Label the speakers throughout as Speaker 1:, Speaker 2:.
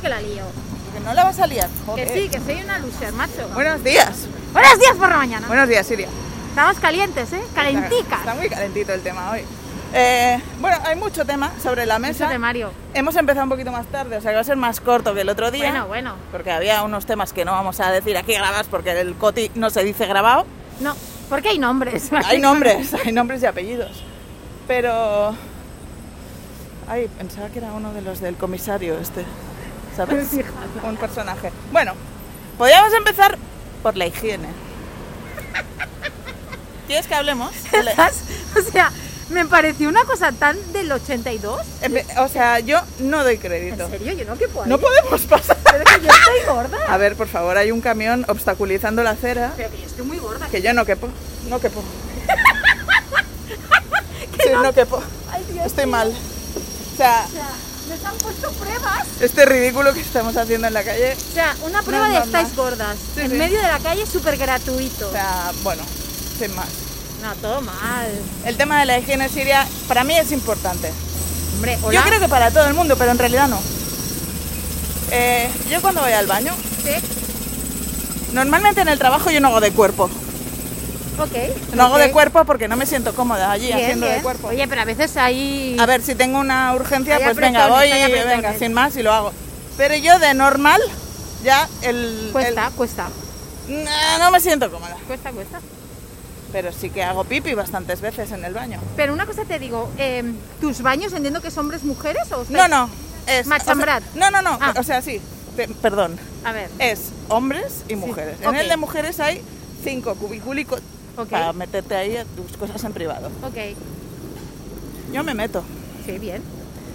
Speaker 1: lío.
Speaker 2: Que no la vas a liar,
Speaker 1: Que
Speaker 2: joder.
Speaker 1: sí, que soy una loser, macho.
Speaker 2: Buenos días.
Speaker 1: Buenos días por la mañana.
Speaker 2: Buenos días, Siria.
Speaker 1: Estamos calientes, ¿eh?
Speaker 2: Está,
Speaker 1: Calenticas.
Speaker 2: está muy calentito el tema hoy. Eh, bueno, hay mucho tema sobre la
Speaker 1: Eso
Speaker 2: mesa.
Speaker 1: de Mario.
Speaker 2: Hemos empezado un poquito más tarde, o sea que va a ser más corto que el otro día.
Speaker 1: Bueno, bueno.
Speaker 2: Porque había unos temas que no vamos a decir aquí grabados porque el coti no se dice grabado.
Speaker 1: No, porque hay nombres.
Speaker 2: Hay nombres, hay nombres y apellidos. Pero. Ay, pensaba que era uno de los del comisario este. ¿Sabes?
Speaker 1: Fíjate.
Speaker 2: Un personaje. Bueno, podríamos empezar por la higiene. ¿Quieres que hablemos? de la-
Speaker 1: ¿Sabes? O sea, me pareció una cosa tan del 82.
Speaker 2: Empe- O sea, yo no doy
Speaker 1: En
Speaker 2: crédito.
Speaker 1: serio, yo no que puedo.
Speaker 2: No podemos pasar.
Speaker 1: Pero que yo estoy gorda.
Speaker 2: A ver, por favor, hay un camión obstaculizando la acera.
Speaker 1: Pero que yo estoy muy gorda.
Speaker 2: Que yo no quepo. No quepo. Sí, no quepo.
Speaker 1: Ay, Dios
Speaker 2: Estoy
Speaker 1: mío.
Speaker 2: mal. O sea,
Speaker 1: O sea, nos han puesto pruebas.
Speaker 2: este ridículo que estamos haciendo en la calle
Speaker 1: O sea, una prueba
Speaker 2: No,
Speaker 1: de
Speaker 2: no,
Speaker 1: estáis
Speaker 2: no.
Speaker 1: gordas.
Speaker 2: Sí,
Speaker 1: en
Speaker 2: sí.
Speaker 1: medio de la calle, súper gratuito.
Speaker 2: O sea, bueno, sin más.
Speaker 1: no, todo mal.
Speaker 2: El tema de la higiene siria para mí es importante.
Speaker 1: Hombre, hola.
Speaker 2: Yo creo que para todo el mundo, pero en realidad no. Eh, yo cuando voy al baño,
Speaker 1: Sí,
Speaker 2: normalmente en el trabajo yo no hago de cuerpo.
Speaker 1: Ok.
Speaker 2: No hago
Speaker 1: ok.
Speaker 2: de cuerpo porque no me siento cómoda allí
Speaker 1: Bien,
Speaker 2: haciendo de
Speaker 1: bien.
Speaker 2: cuerpo.
Speaker 1: Oye, pero a veces hay.
Speaker 2: A ver, si tengo una urgencia,
Speaker 1: Hay
Speaker 2: pues venga, voy
Speaker 1: apretones, hay
Speaker 2: y
Speaker 1: apretones.
Speaker 2: venga, sin más y lo hago. Pero yo de normal, ya el...
Speaker 1: cuesta, cuesta.
Speaker 2: el- no, no me siento cómoda.
Speaker 1: Cuesta, cuesta.
Speaker 2: Pero sí que hago pipi bastantes veces en el baño.
Speaker 1: Pero una cosa te digo, eh, ¿tus baños entiendo que es hombres, mujeres o
Speaker 2: No, no. Es,
Speaker 1: Machambrad.
Speaker 2: o sea, no, no, no.
Speaker 1: Pues Ah.
Speaker 2: O sea, sí. Te- perdón.
Speaker 1: A ver,
Speaker 2: Es hombres y mujeres. En
Speaker 1: ok.
Speaker 2: el de mujeres hay cinco cubicúlicos
Speaker 1: Ok.
Speaker 2: para meterte ahí a tus cosas en privado.
Speaker 1: ok.
Speaker 2: Yo me meto.
Speaker 1: Sí, bien.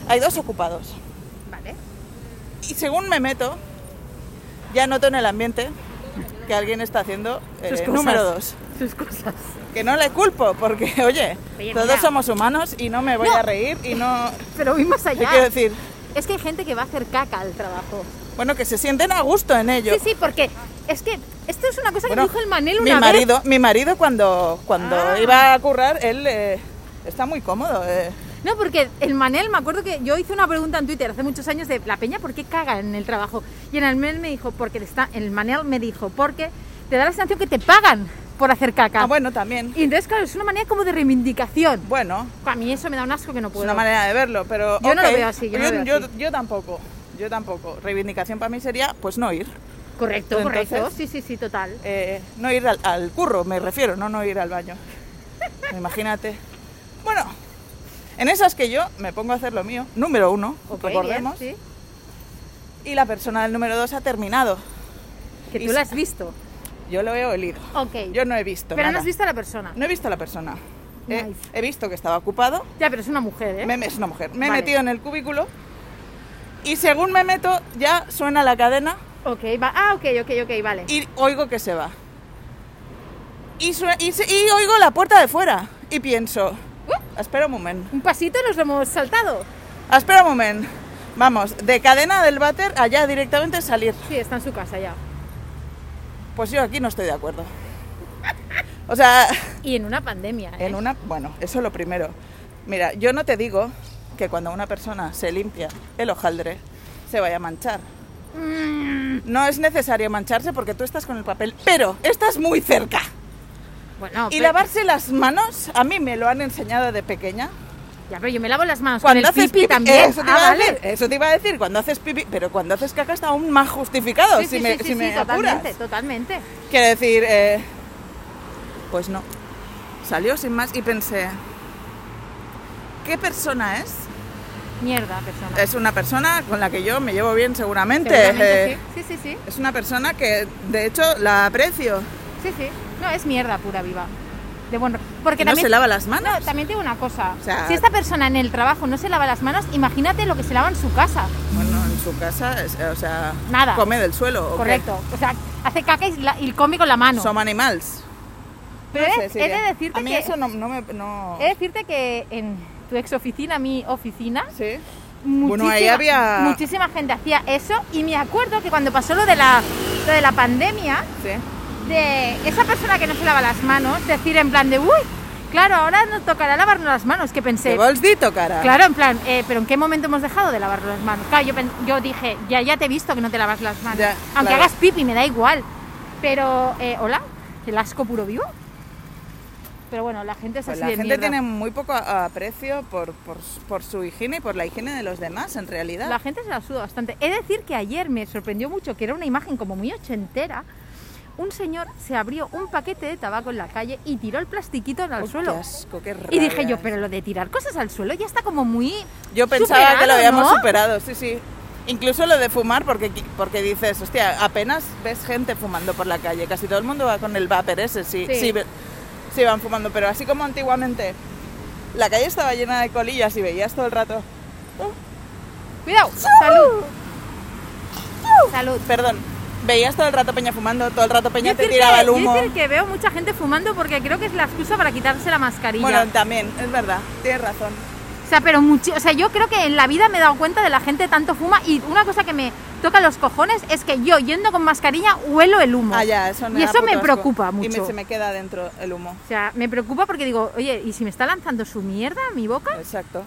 Speaker 2: Hay dos ocupados.
Speaker 1: Vale.
Speaker 2: Y según me meto, ya noto en el ambiente que alguien está haciendo
Speaker 1: Sus
Speaker 2: el
Speaker 1: cosas.
Speaker 2: número dos.
Speaker 1: Sus cosas.
Speaker 2: Que no le culpo, porque, oye,
Speaker 1: Oye,
Speaker 2: todos
Speaker 1: mira.
Speaker 2: somos humanos y no me voy
Speaker 1: No.
Speaker 2: a reír y no...
Speaker 1: Pero voy más
Speaker 2: ¿Qué
Speaker 1: allá.
Speaker 2: quiero decir?
Speaker 1: Es que hay gente que va a hacer caca al trabajo.
Speaker 2: Bueno, que se sienten a gusto en ello.
Speaker 1: Sí, sí, porque es que esto es una cosa que
Speaker 2: Bueno,
Speaker 1: dijo el Manel
Speaker 2: mi
Speaker 1: una vez.
Speaker 2: marido, Mi marido cuando, cuando
Speaker 1: Ah.
Speaker 2: iba a currar, él eh, está muy cómodo. eh.
Speaker 1: No, porque el Manel, me acuerdo que yo hice una pregunta en Twitter hace muchos años de la peña, ¿por qué caga en el trabajo? Y en el Manel me dijo, porque está, el Manel me dijo, porque te da la sensación que te pagan por hacer caca.
Speaker 2: Ah, bueno, también.
Speaker 1: Y entonces, claro, es una manera como de reivindicación.
Speaker 2: Bueno,
Speaker 1: A mí eso me da un asco que no
Speaker 2: es
Speaker 1: puedo.
Speaker 2: una manera de verlo, pero...
Speaker 1: Yo no lo
Speaker 2: ok.
Speaker 1: veo así, yo no lo veo así.
Speaker 2: yo tampoco, yo tampoco. Reivindicación para mí sería, pues, no ir.
Speaker 1: Correcto,
Speaker 2: Entonces-
Speaker 1: correcto. Sí, sí, sí, total.
Speaker 2: Eh, no ir al, al curro, me refiero, no no ir al baño. Imagínate. Bueno, en esas que yo me pongo a hacer lo mío, número uno,
Speaker 1: Ok,
Speaker 2: recordemos,
Speaker 1: bien,
Speaker 2: y la persona del número dos ha terminado.
Speaker 1: sí. Que
Speaker 2: Y
Speaker 1: tú
Speaker 2: si-
Speaker 1: la has visto.
Speaker 2: Yo lo he olido.
Speaker 1: Ok.
Speaker 2: Yo no he visto.
Speaker 1: pero no
Speaker 2: nada.
Speaker 1: has visto a la persona.
Speaker 2: No he visto a la persona. He-
Speaker 1: Nice.
Speaker 2: He, visto que estaba ocupado.
Speaker 1: Ya, pero es una mujer, ¿eh?
Speaker 2: Me- es una mujer. Me he
Speaker 1: Vale.
Speaker 2: metido en el cubículo y según me meto ya suena la cadena
Speaker 1: Ok, va. Ah, ok, ok, ok, vale.
Speaker 2: y oigo que se va. Y, sue- y se- y oigo la puerta de fuera y pienso, "Uh, espera un momento,
Speaker 1: Un pasito nos lo hemos saltado.
Speaker 2: espera un momento. Vamos, de cadena del váter allá directamente salir.
Speaker 1: Sí, está en su casa ya.
Speaker 2: Pues yo aquí no estoy de acuerdo. O sea,
Speaker 1: Y en una pandemia, ¿eh?
Speaker 2: En una, bueno, eso lo primero. Mira, yo no te digo que cuando una persona se limpia el hojaldre se vaya a manchar. No es necesario mancharse porque tú estás con el papel, pero estás muy cerca.
Speaker 1: Bueno,
Speaker 2: Y
Speaker 1: pero-
Speaker 2: lavarse las manos, a mí me lo han enseñado de pequeña.
Speaker 1: Ya, pero yo me lavo las manos
Speaker 2: Cuando
Speaker 1: con el
Speaker 2: haces
Speaker 1: pipi, también.
Speaker 2: Eso te,
Speaker 1: ah,
Speaker 2: iba a
Speaker 1: vale.
Speaker 2: decir, eso te iba a decir, cuando haces pipi, pero cuando haces caca está aún más justificado,
Speaker 1: Sí,
Speaker 2: si
Speaker 1: sí,
Speaker 2: me,
Speaker 1: sí,
Speaker 2: si
Speaker 1: sí,
Speaker 2: me
Speaker 1: sí,
Speaker 2: apuras.
Speaker 1: totalmente, totalmente.
Speaker 2: Quiero decir, eh, pues no. Salió sin más y pensé, ¿qué persona es?
Speaker 1: Mierda, persona.
Speaker 2: Es una persona con la que yo me llevo bien seguramente.
Speaker 1: Seguramente
Speaker 2: eh,
Speaker 1: sí. Sí, sí, sí.
Speaker 2: Es una persona que de hecho la aprecio.
Speaker 1: Sí, sí. No, es mierda pura viva. De buen... ro- Porque
Speaker 2: no
Speaker 1: también...
Speaker 2: se lava las manos.
Speaker 1: No, también tengo una cosa.
Speaker 2: O sea-
Speaker 1: si esta persona en el trabajo no se lava las manos, imagínate lo que se lava en su casa.
Speaker 2: Bueno, en su casa, es- o sea,
Speaker 1: Nada.
Speaker 2: come del suelo. ¿o qué?
Speaker 1: Correcto. O sea, hace caca y, la- y come con la mano.
Speaker 2: Son animals.
Speaker 1: Ah, Pero
Speaker 2: No
Speaker 1: he-
Speaker 2: sé,
Speaker 1: he,
Speaker 2: Siria.
Speaker 1: de decirte
Speaker 2: A mí
Speaker 1: que,
Speaker 2: eso no, no me... No...
Speaker 1: he de decirte que en tu ex oficina, mi oficina,
Speaker 2: Sí.
Speaker 1: muchísima,
Speaker 2: Bueno, ahí había-
Speaker 1: muchísima gente hacía eso y me acuerdo que cuando pasó lo de la, lo de la pandemia,
Speaker 2: Sí.
Speaker 1: de esa persona que no se lava las manos, decir en plan de, uy, Claro, ahora nos tocará lavarnos las manos, que pensé.
Speaker 2: ¿Qué vols dir tocará?
Speaker 1: Claro, en plan, eh, pero ¿en qué momento hemos dejado de lavarnos las manos? Claro, yo, pen- yo dije, ya, ya te he visto que no te lavas las manos.
Speaker 2: Ya,
Speaker 1: Aunque
Speaker 2: claro.
Speaker 1: hagas pipi, me da igual. Pero, eh, hola, el asco puro vivo. Pero bueno, la gente es
Speaker 2: Pues
Speaker 1: así
Speaker 2: la
Speaker 1: de
Speaker 2: gente
Speaker 1: mierda.
Speaker 2: tiene muy poco a- aprecio por, por, s- por su higiene y por la higiene de los demás, en realidad.
Speaker 1: La gente se la suda bastante. He de decir que ayer me sorprendió mucho, que era una imagen como muy ochentera. Un señor se abrió un paquete de tabaco en la calle y tiró el plastiquito al
Speaker 2: Uy,
Speaker 1: suelo.
Speaker 2: Qué asco, qué
Speaker 1: Y dije
Speaker 2: rabia
Speaker 1: yo,
Speaker 2: es.
Speaker 1: pero lo de tirar cosas al suelo ya está como muy.
Speaker 2: Yo pensaba que lo
Speaker 1: superado,
Speaker 2: habíamos
Speaker 1: ¿no?
Speaker 2: superado, sí, sí. Incluso lo de fumar, porque, qui- porque dices, hostia, apenas ves gente fumando por la calle. Casi todo el mundo va con el vapor ese, sí,
Speaker 1: Sí.
Speaker 2: sí. ve- sí van fumando. Pero así como antiguamente la calle estaba llena de colillas y veías todo el rato.
Speaker 1: Cuidado, salud. Salud.
Speaker 2: Perdón, veías todo el rato peña fumando, todo el rato peña
Speaker 1: Yo
Speaker 2: te
Speaker 1: decir
Speaker 2: tiraba
Speaker 1: que-
Speaker 2: el humo.
Speaker 1: Yo decir que veo mucha gente fumando porque creo que es la excusa para quitarse la mascarilla.
Speaker 2: Bueno, también, es verdad, tienes razón.
Speaker 1: O sea, pero mucho, o sea, yo creo que en la vida me he dado cuenta de la gente tanto fuma y una cosa que me toca los cojones es que yo yendo con mascarilla huelo el humo.
Speaker 2: Ah, ya, eso me
Speaker 1: y
Speaker 2: da
Speaker 1: eso
Speaker 2: puto
Speaker 1: me
Speaker 2: asco.
Speaker 1: preocupa
Speaker 2: Y
Speaker 1: mucho.
Speaker 2: me- se me queda dentro el humo.
Speaker 1: O sea, me preocupa porque digo, oye, ¿y si me está lanzando su mierda a mi boca?
Speaker 2: Exacto.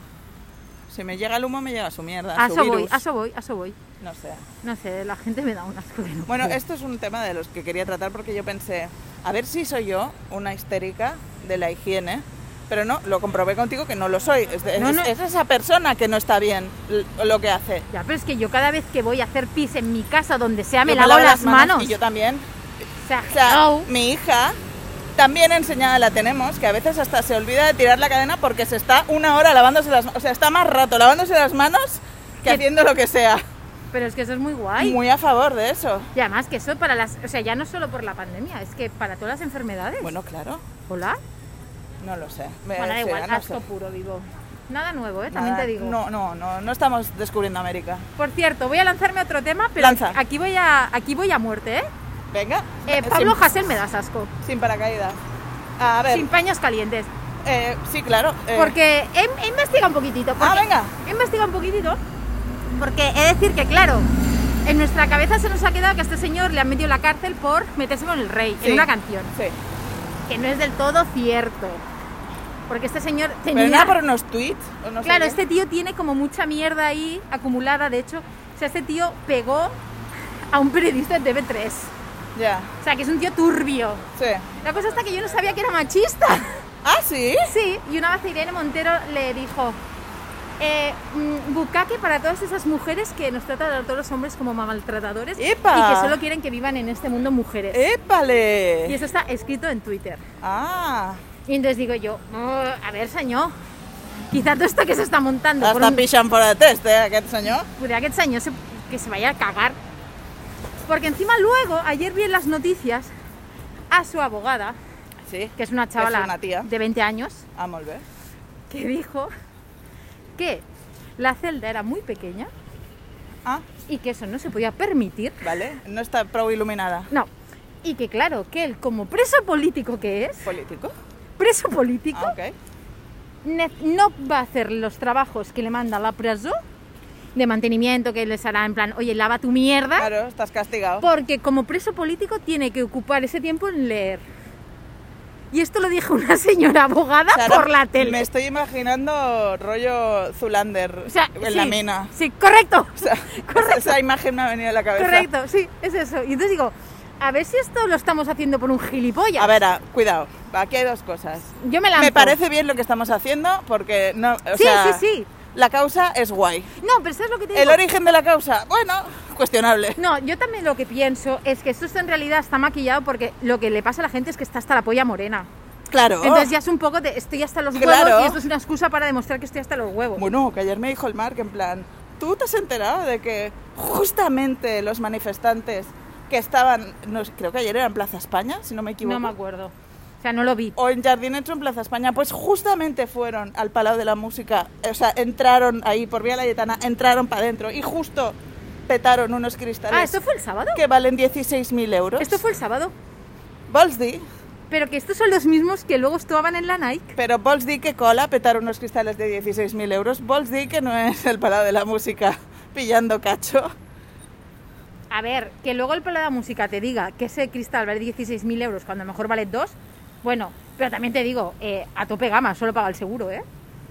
Speaker 2: Si me llega el humo, me llega su mierda.
Speaker 1: A
Speaker 2: su
Speaker 1: eso voy,
Speaker 2: virus.
Speaker 1: a eso voy, a eso voy.
Speaker 2: No sé.
Speaker 1: No sé, la gente me da un asco de no
Speaker 2: Bueno,
Speaker 1: poder.
Speaker 2: esto es un tema de los que quería tratar porque yo pensé, a ver si soy yo una histérica de la higiene, pero no, lo comprobé contigo que no lo soy. Es, de-
Speaker 1: No,
Speaker 2: es-
Speaker 1: no.
Speaker 2: es esa persona que no está bien l- lo que hace.
Speaker 1: Ya, pero es que yo cada vez que voy a hacer pis en mi casa, donde sea, me,
Speaker 2: Yo
Speaker 1: lavo, las manos.
Speaker 2: Y yo también.
Speaker 1: O sea,
Speaker 2: O sea,
Speaker 1: hello.
Speaker 2: mi hija también enseñada la tenemos, que a veces hasta se olvida de tirar la cadena porque se está una hora lavándose las manos. O sea, está más rato lavándose las manos que
Speaker 1: Que-
Speaker 2: haciendo lo que sea.
Speaker 1: Pero es que eso es muy guay.
Speaker 2: Muy a favor de eso.
Speaker 1: Y además que eso para las... O sea, ya no solo por la pandemia, es que para todas las enfermedades.
Speaker 2: Bueno, claro,
Speaker 1: Hola.
Speaker 2: no lo sé. Me-
Speaker 1: Bueno, da
Speaker 2: será,
Speaker 1: igual,
Speaker 2: no
Speaker 1: asco
Speaker 2: sé.
Speaker 1: puro vivo. Nada nuevo, ¿eh? También
Speaker 2: Nada,
Speaker 1: te digo.
Speaker 2: No, no, no, no estamos descubriendo América.
Speaker 1: Por cierto, voy a lanzarme otro tema, pero
Speaker 2: Lanza.
Speaker 1: aquí voy a aquí voy a muerte, ¿eh?
Speaker 2: Venga.
Speaker 1: Eh,
Speaker 2: sin-
Speaker 1: Pablo Hasél me das asco.
Speaker 2: Sin paracaídas. A ver,
Speaker 1: Sin paños calientes.
Speaker 2: eh, sí, claro. eh, Ah,
Speaker 1: Porque he, he investigado un poquitito. porque-
Speaker 2: venga.
Speaker 1: He investigado un poquitito porque he de decir que, claro, en nuestra cabeza se nos ha quedado que a este señor le han metido en la cárcel por meterse con el rey
Speaker 2: Sí.
Speaker 1: en una canción.
Speaker 2: Sí.
Speaker 1: Que no es del todo cierto. Porque este señor tenía...
Speaker 2: Pero era por unos tweets. o no sé
Speaker 1: Claro,
Speaker 2: qué.
Speaker 1: este tío tiene como mucha mierda ahí acumulada, de hecho. O sea, este tío pegó a un periodista de TV3.
Speaker 2: Ya,
Speaker 1: O sea, que es un tío turbio.
Speaker 2: sí.
Speaker 1: La cosa está que yo no sabía que era machista.
Speaker 2: Ah, sí.
Speaker 1: Sí, y una vez Irene Montero le dijo, eh, mm, bucaque para todas esas mujeres que nos tratan a todos los hombres como maltratadores
Speaker 2: ¡Epa! Eh.
Speaker 1: y que solo quieren que vivan en este mundo mujeres. Y
Speaker 2: ¡Épale!
Speaker 1: eso está escrito en Twitter.
Speaker 2: Ah,
Speaker 1: Y entonces digo yo, "Oh, a ver, señor, quizá todo esto que se está montando por
Speaker 2: hasta
Speaker 1: un,
Speaker 2: pichan por el test, eh, aquest senyor.
Speaker 1: Podría que este año se, que se vaya a cagar. Porque encima luego, ayer vi en las noticias a su abogada,
Speaker 2: Sí.
Speaker 1: que es una
Speaker 2: Que
Speaker 1: chavala
Speaker 2: una tía.
Speaker 1: de 20 años,
Speaker 2: Ah, molt bé.
Speaker 1: que dijo que la celda era muy pequeña
Speaker 2: Ah,
Speaker 1: y que eso no se podía permitir.
Speaker 2: vale. No está prou iluminada.
Speaker 1: No. Y que claro, que él como preso político que es,
Speaker 2: Político.
Speaker 1: preso político,
Speaker 2: Ah, ok.
Speaker 1: ne- no va a hacer los trabajos que le manda la preso de mantenimiento que les hará en plan, oye, lava tu mierda.
Speaker 2: Claro, estás castigado.
Speaker 1: Porque como preso político tiene que ocupar ese tiempo en leer. Y esto lo dijo una señora abogada
Speaker 2: O sea, ahora
Speaker 1: por la tele.
Speaker 2: Me estoy imaginando rollo Zulander
Speaker 1: O sea,
Speaker 2: en
Speaker 1: sí,
Speaker 2: la mina.
Speaker 1: Sí, correcto.
Speaker 2: O sea, Esa imagen me ha venido a la cabeza.
Speaker 1: correcto, sí, es eso. Y entonces digo, a ver si esto lo estamos haciendo por un gilipollas.
Speaker 2: A ver, ah, cuidado. Aquí hay dos cosas.
Speaker 1: yo me lanzo.
Speaker 2: Me parece bien lo que estamos haciendo porque no. o
Speaker 1: Sí,
Speaker 2: sea,
Speaker 1: sí, sí.
Speaker 2: La causa es guay.
Speaker 1: No, pero ¿sabes lo que te digo?
Speaker 2: El origen de la causa, bueno, cuestionable.
Speaker 1: No, yo también lo que pienso es que esto está- en realidad está maquillado porque lo que le pasa a la gente es que está hasta la polla morena.
Speaker 2: Claro.
Speaker 1: Entonces ya es un poco de estoy hasta los
Speaker 2: Oh. Claro.
Speaker 1: huevos y esto es una excusa para demostrar que estoy hasta los huevos.
Speaker 2: Bueno, que ayer me dijo el Marc en plan, ¿tú te has enterado de que justamente los manifestantes que estaban, no sé, creo que ayer era en Plaza España, si no me equivoco,
Speaker 1: no me acuerdo. O sea, no lo vi.
Speaker 2: o en Jardinets o en Plaza España, pues justamente fueron al Palau de la Música, o sea, entraron ahí por Vía Layetana, entraron para adentro y justo petaron unos cristales
Speaker 1: Ah, ¿esto fue el sábado?
Speaker 2: que valen 16.000 euros.
Speaker 1: Esto fue el sábado.
Speaker 2: Vols dir,
Speaker 1: Pero que estos son los mismos que luego estaban en la Nike.
Speaker 2: pero vols dir que cola petar unos cristales de 16.000 euros, vols dir que no es el Palau de la Música pillando cacho.
Speaker 1: A ver, que luego el palo de la música te diga que ese cristal vale 16.000 euros cuando a lo mejor vale 2. Bueno, Pero también te digo, eh, a tope gama, solo paga el seguro, ¿eh?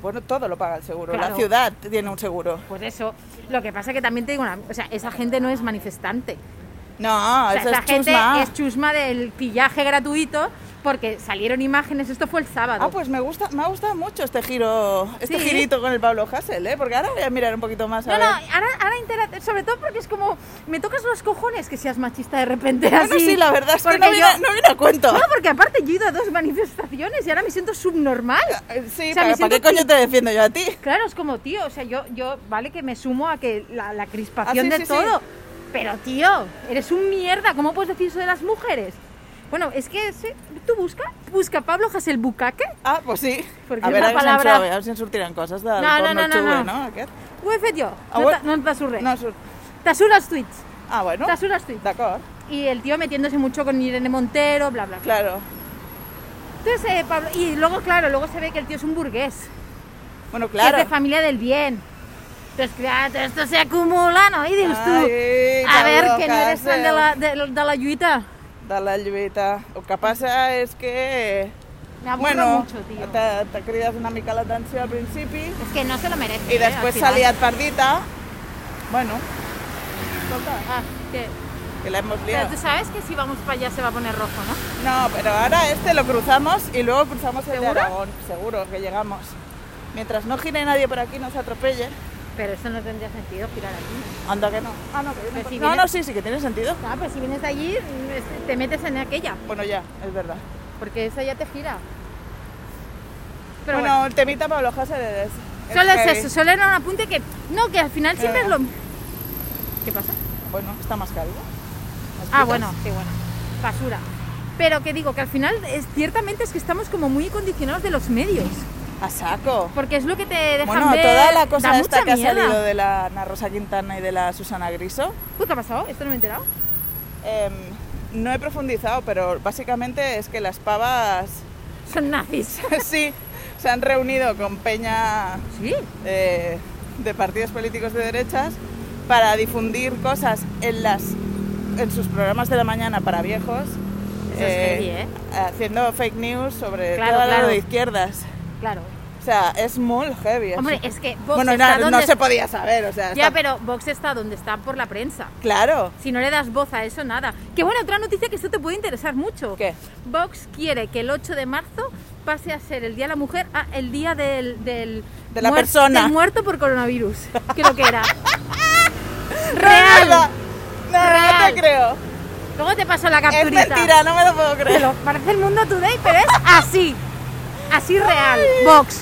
Speaker 2: Bueno, todo lo paga el seguro.
Speaker 1: Claro.
Speaker 2: La ciudad tiene un seguro.
Speaker 1: Pues eso. Lo que pasa que también te digo una... O sea, esa gente no es manifestante.
Speaker 2: No,
Speaker 1: O sea,
Speaker 2: eso
Speaker 1: esa
Speaker 2: Ah, es
Speaker 1: gente
Speaker 2: chusma.
Speaker 1: es chusma del pillaje gratuito porque salieron imágenes. Esto fue el sábado.
Speaker 2: Ah, pues me gusta, me ha gustado mucho este giro, este
Speaker 1: Sí.
Speaker 2: girito con el Pablo Hassel, ¿eh? Porque ahora voy a mirar un poquito más a
Speaker 1: No, no,
Speaker 2: ver.
Speaker 1: ahora, ahora intera- sobre todo porque es como, me tocas los cojones que seas machista de repente
Speaker 2: Bueno,
Speaker 1: así.
Speaker 2: sí, la verdad es que
Speaker 1: Porque
Speaker 2: no viene,
Speaker 1: yo-
Speaker 2: no viene a cuento.
Speaker 1: No, porque aparte yo he ido a dos manifestaciones y ahora me siento subnormal.
Speaker 2: Sí,
Speaker 1: O sea, me
Speaker 2: ¿para, para qué
Speaker 1: siento
Speaker 2: coño te defiendo yo a ti?
Speaker 1: Claro, es como, tío, o sea, yo, yo vale que me sumo a que la, la crispación
Speaker 2: Ah, sí,
Speaker 1: de
Speaker 2: sí, sí.
Speaker 1: todo, pero tío, eres un mierda, ¿cómo puedes decir eso de las mujeres? Bueno, es que sí, tú busca, busca Pablo Hasél Bucaque,
Speaker 2: Ah, pues sí.
Speaker 1: Porque
Speaker 2: a
Speaker 1: es
Speaker 2: ver,
Speaker 1: la
Speaker 2: a ver si en
Speaker 1: palabra-
Speaker 2: Suave, a ver si en surtiran cosas de
Speaker 1: No, no, no, no, no.
Speaker 2: no. Aquest.
Speaker 1: ho he fet jo,
Speaker 2: Ah,
Speaker 1: no,
Speaker 2: ho he-
Speaker 1: ta- no te surre.
Speaker 2: No, sur...
Speaker 1: Te surt els tuits,
Speaker 2: Ah, bueno.
Speaker 1: te surt els tuits.
Speaker 2: D'accord,
Speaker 1: Y el tío metiéndose mucho con Irene Montero, bla, bla, bla.
Speaker 2: claro.
Speaker 1: Entonces, eh, Pablo, y luego, claro, luego se ve que el tío es un burgués,
Speaker 2: Bueno,
Speaker 1: que es de
Speaker 2: claro.
Speaker 1: familia del bien. Entonces, claro, todo esto se acumula, ¿no? Y dices tú,
Speaker 2: Ai,
Speaker 1: a ver,
Speaker 2: Pablo
Speaker 1: que no eres fan de
Speaker 2: Hasél.
Speaker 1: la, de, de la lluita.
Speaker 2: De la lluita. El que passa és que...
Speaker 1: Me aburro
Speaker 2: Bueno,
Speaker 1: mucho, tío.
Speaker 2: te, te crides una mica l'atenció al principi
Speaker 1: Es que no se lo merece.
Speaker 2: i
Speaker 1: eh, al
Speaker 2: després s'ha
Speaker 1: final.
Speaker 2: liat pardita. Bueno, escolta,
Speaker 1: Ah, que-
Speaker 2: que la hemos
Speaker 1: Pero
Speaker 2: liado.
Speaker 1: tú sabes que si vamos para allá se va a poner rojo, ¿no?
Speaker 2: No, pero ahora este lo cruzamos y luego cruzamos el de
Speaker 1: ¿Seguro?
Speaker 2: Aragón. Seguro que llegamos. Mientras no gire nadie por aquí, no se atropelle.
Speaker 1: Pero eso no tendría sentido girar aquí.
Speaker 2: Anda que no. Ah, no, que viene
Speaker 1: Pero
Speaker 2: por-
Speaker 1: si
Speaker 2: No,
Speaker 1: viene-
Speaker 2: no, sí, sí que tiene sentido.
Speaker 1: Ah, pero si vienes de allí, es- te metes en aquella,
Speaker 2: Bueno, ya, es verdad.
Speaker 1: porque esa ya te gira. Pero
Speaker 2: bueno,
Speaker 1: bueno,
Speaker 2: el temita Pablo Hasél es... es
Speaker 1: solo es
Speaker 2: heavy.
Speaker 1: eso, solo era un apunte que. No, que al final siempre es
Speaker 2: Pero-
Speaker 1: lo. ¿Qué pasa?
Speaker 2: Bueno, está más caro.
Speaker 1: Ah, bueno, sí, bueno. Basura. Pero que digo, que al final es, ciertamente es que estamos como muy condicionados de los medios.
Speaker 2: A saco.
Speaker 1: Porque es lo que te dejan
Speaker 2: Bueno,
Speaker 1: ver.
Speaker 2: toda la
Speaker 1: da
Speaker 2: cosa esta
Speaker 1: mucha
Speaker 2: que ha
Speaker 1: mierda.
Speaker 2: salido de la Ana Rosa Quintana y de la Susana Griso,
Speaker 1: Uy, ¿qué ha pasado? Esto no me he enterado.
Speaker 2: em, no he profundizado, pero básicamente es que las pavas
Speaker 1: Son nazis.
Speaker 2: sí se han reunido con Peña
Speaker 1: Sí.
Speaker 2: eh, de partidos políticos de derechas para difundir cosas en las en sus programas de la mañana para viejos
Speaker 1: Eso es heavy, ¿eh?
Speaker 2: haciendo fake news sobre
Speaker 1: Claro,
Speaker 2: todo
Speaker 1: claro.
Speaker 2: lo de izquierdas
Speaker 1: Claro.
Speaker 2: o sea es muy heavy eso.
Speaker 1: Hombre, es que Vox
Speaker 2: bueno
Speaker 1: está
Speaker 2: no, no
Speaker 1: donde...
Speaker 2: se podía saber o sea
Speaker 1: Ya,
Speaker 2: está-
Speaker 1: pero Vox está donde está por la prensa.
Speaker 2: claro
Speaker 1: Si no le das voz a eso, nada. Que bueno, otra noticia que esto te puede interesar mucho.
Speaker 2: ¿Qué?
Speaker 1: Vox quiere que el 8 de marzo pase a ser el Día de la Mujer a el Día del... del
Speaker 2: De la
Speaker 1: muer-
Speaker 2: persona.
Speaker 1: del muerto por coronavirus. Creo que era.
Speaker 2: no,
Speaker 1: Real.
Speaker 2: no, no
Speaker 1: Real.
Speaker 2: te creo
Speaker 1: Luego te paso la
Speaker 2: es
Speaker 1: capturita.
Speaker 2: mentira no me lo puedo
Speaker 1: Te
Speaker 2: creer
Speaker 1: lo- parece el mundo today, pero es así. Así real. Vox.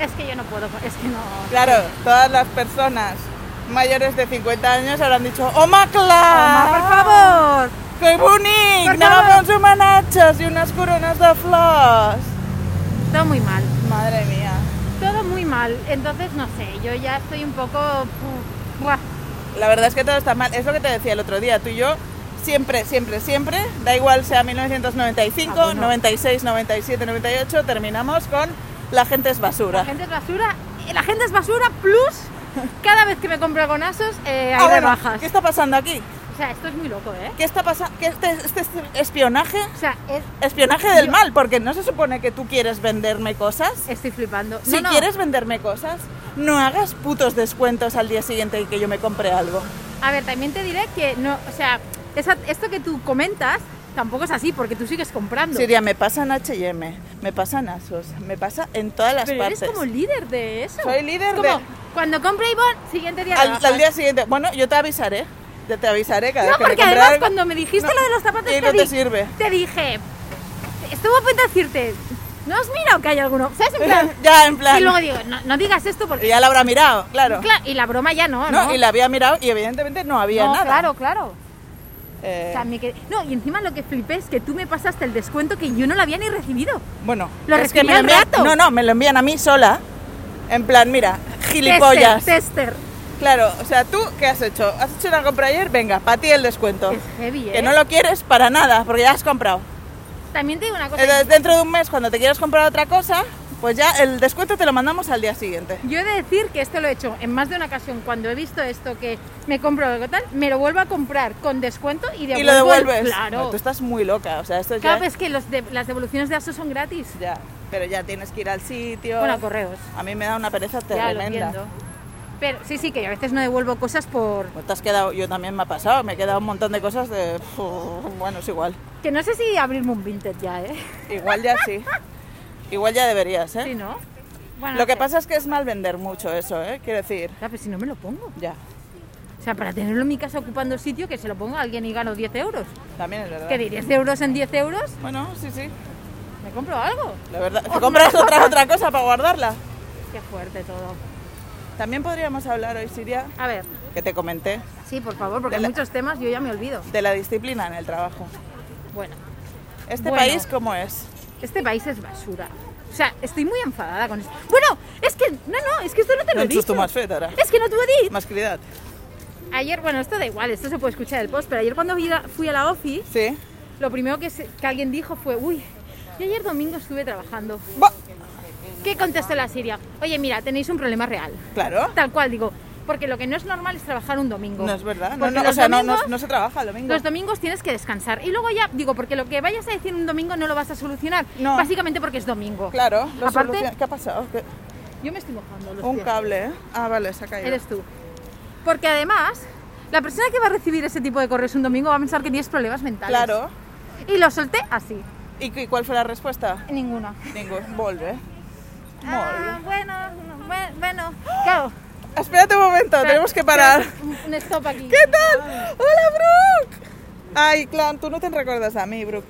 Speaker 1: Es que yo no puedo, con- es que no.
Speaker 2: Claro, todas las personas mayores de 50 años habrán dicho "Oh, ¡Oma
Speaker 1: Toma, Ah, por
Speaker 2: clar!
Speaker 1: favor.
Speaker 2: Que bonic!
Speaker 1: Per
Speaker 2: Anàvem
Speaker 1: favor.
Speaker 2: a uns homenatges i unes corones de flors.
Speaker 1: Todo muy mal.
Speaker 2: Madre mía.
Speaker 1: Todo muy mal. Entonces, no sé, yo ya estoy un poco... pu- buah.
Speaker 2: La verdad es que todo está mal. Es lo que te decía el otro día. Tú y yo siempre, siempre, siempre, da igual sea 1995,
Speaker 1: Ah, bueno.
Speaker 2: 96, 97, 98, terminamos con la gente es basura.
Speaker 1: La gente es basura. La gente es basura plus cada vez que me compro con asos eh, hay
Speaker 2: Ah, bueno,
Speaker 1: rebajas.
Speaker 2: ¿Qué está pasando aquí?
Speaker 1: O sea, esto es muy loco, ¿eh?
Speaker 2: ¿Qué está pasando? Este, este es espionaje,
Speaker 1: O sea, es-
Speaker 2: espionaje del
Speaker 1: Yo-
Speaker 2: mal, porque no se supone que tú quieres venderme cosas.
Speaker 1: estoy flipando.
Speaker 2: Si
Speaker 1: No, no.
Speaker 2: quieres venderme cosas, no hagas putos descuentos al día siguiente y que yo me compre algo.
Speaker 1: A ver, también te diré que no, o sea, esa- esto que tú comentas tampoco es así porque tú sigues comprando.
Speaker 2: Siria, me pasa en H&M, me pasa en ASOS, me pasa en todas las
Speaker 1: Pero
Speaker 2: partes.
Speaker 1: eres como líder de eso.
Speaker 2: Soy líder
Speaker 1: Es como,
Speaker 2: de-
Speaker 1: Cuando compre Ivonne, siguiente día.
Speaker 2: al,
Speaker 1: rebajas.
Speaker 2: al día siguiente, bueno, yo te avisaré, yo te avisaré cada
Speaker 1: No,
Speaker 2: vez que me
Speaker 1: porque
Speaker 2: compre
Speaker 1: además
Speaker 2: algo.
Speaker 1: cuando me dijiste
Speaker 2: No,
Speaker 1: lo de los zapatos
Speaker 2: y
Speaker 1: te,
Speaker 2: no te
Speaker 1: di-
Speaker 2: sirve.
Speaker 1: te dije, estuvo a punto de decirte, no has mirado que hay alguno, ¿sabes? En plan,
Speaker 2: ya, en plan,
Speaker 1: y luego digo, no, no digas esto porque...
Speaker 2: ya la habrá mirado, claro.
Speaker 1: Claro, y la broma ya no, ¿no?
Speaker 2: No, y la había mirado y evidentemente no había
Speaker 1: No,
Speaker 2: nada.
Speaker 1: claro, claro.
Speaker 2: Eh,
Speaker 1: O sea, me quedé- No, y encima lo que flipé es que tú me pasaste el descuento que yo no lo había ni recibido.
Speaker 2: bueno,
Speaker 1: lo
Speaker 2: es que
Speaker 1: recibí
Speaker 2: me
Speaker 1: al
Speaker 2: envían-
Speaker 1: rato.
Speaker 2: No, no, me lo envían a mí sola. En plan, mira, gilipollas.
Speaker 1: Tester, tester.
Speaker 2: Claro, o sea, tú, ¿qué has hecho? ¿Has hecho una compra ayer? Venga, para ti el descuento.
Speaker 1: Es heavy, ¿eh?
Speaker 2: Que no lo quieres para nada, porque ya has comprado.
Speaker 1: También te digo una cosa.
Speaker 2: Entonces, dentro de un mes, cuando te quieras comprar otra cosa, Pues ya el descuento te lo mandamos al día siguiente.
Speaker 1: Yo he de decir que esto lo he hecho en más de una ocasión. Cuando he visto esto que me compro algo tal, me lo vuelvo a comprar con descuento y devuelvo.
Speaker 2: y lo
Speaker 1: el-
Speaker 2: devuelves. No,
Speaker 1: Claro.
Speaker 2: tú estás muy loca, o sea, esto ya,
Speaker 1: Claro, pero es que los de- las devoluciones de ASO son gratis.
Speaker 2: ya. Pero ya tienes que ir al sitio.
Speaker 1: Bueno, a correos.
Speaker 2: a mí me da una pereza
Speaker 1: Ya lo
Speaker 2: tremenda.
Speaker 1: entiendo. Pero sí, sí, que yo a veces no devuelvo cosas por...
Speaker 2: Pues te has quedado, yo también me ha pasado, me he quedado un montón de cosas de. Bueno, es igual.
Speaker 1: Que no sé si abrirme un Vinted ya, ¿eh?
Speaker 2: Igual ya sí. Igual ya deberías, ¿eh?
Speaker 1: Sí, ¿no? Bueno,
Speaker 2: Lo
Speaker 1: no
Speaker 2: que
Speaker 1: sé.
Speaker 2: pasa es que es mal vender mucho eso, ¿eh? Quiero decir,
Speaker 1: Ya, pero si no me lo pongo.
Speaker 2: ya,
Speaker 1: O sea, para tenerlo en mi casa ocupando sitio, que se lo ponga a alguien y gano 10 euros.
Speaker 2: también es verdad.
Speaker 1: Que de 10 euros en 10 euros,
Speaker 2: Bueno, sí, sí.
Speaker 1: me compro algo.
Speaker 2: La verdad, ¿te compras otra, otra cosa para guardarla?
Speaker 1: Qué fuerte todo.
Speaker 2: También podríamos hablar hoy, Siria,
Speaker 1: A ver,
Speaker 2: que te comenté,
Speaker 1: sí, por favor, porque
Speaker 2: De
Speaker 1: hay
Speaker 2: la-
Speaker 1: muchos temas yo ya me olvido.
Speaker 2: de la disciplina en el trabajo.
Speaker 1: Bueno,
Speaker 2: ¿Este
Speaker 1: Bueno.
Speaker 2: país cómo es?
Speaker 1: este país es basura. O sea, estoy muy enfadada con esto. Bueno, es que, no, no, es que esto no te lo he
Speaker 2: Non
Speaker 1: dicho.
Speaker 2: xusto máis fet, ahora.
Speaker 1: Es que no te lo he dicho.
Speaker 2: Masculinidad.
Speaker 1: Ayer, bueno, esto da igual, esto se puede escuchar en el post, pero ayer cuando fui a, fui a la office,
Speaker 2: Sí.
Speaker 1: lo primero que, se- que alguien dijo fue, uy, yo ayer domingo estuve trabajando.
Speaker 2: Bo-
Speaker 1: ¿Qué contestó la Siria? Oye, mira, tenéis un problema real.
Speaker 2: Claro.
Speaker 1: Tal cual, digo, porque lo que no es normal es trabajar un domingo.
Speaker 2: No es verdad. No,
Speaker 1: Porque
Speaker 2: no, o
Speaker 1: los
Speaker 2: sea, no, no,
Speaker 1: domingos-
Speaker 2: no se trabaja el domingo.
Speaker 1: Los domingos tienes que descansar. Y luego ya, digo, porque lo que vayas a decir un domingo no lo vas a solucionar.
Speaker 2: No.
Speaker 1: Básicamente porque es domingo.
Speaker 2: Claro. lo
Speaker 1: Aparte-
Speaker 2: solucion- ¿Qué ha pasado? ¿Qué-
Speaker 1: Yo me estoy mojando los
Speaker 2: Un
Speaker 1: pies.
Speaker 2: cable, ¿eh? Ah, vale, se ha caído.
Speaker 1: Eres tú. Porque además, la persona que va a recibir ese tipo de correos un domingo va a pensar que tienes problemas mentales.
Speaker 2: Claro.
Speaker 1: Y lo solté así.
Speaker 2: ¿Y cu- cuál fue la respuesta?
Speaker 1: Ninguna.
Speaker 2: Ningún. Volve.
Speaker 1: Ah, bueno, no, bue- bueno. Claro.
Speaker 2: Espérate un momento, tenemos que parar.
Speaker 1: Un- Un stop aquí.
Speaker 2: ¿Qué tal? ¡Hola, Brooke! Ay, clan, tú no te recuerdas a mí, Brooke.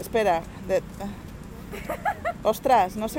Speaker 2: Espera. de- Ostras, no sé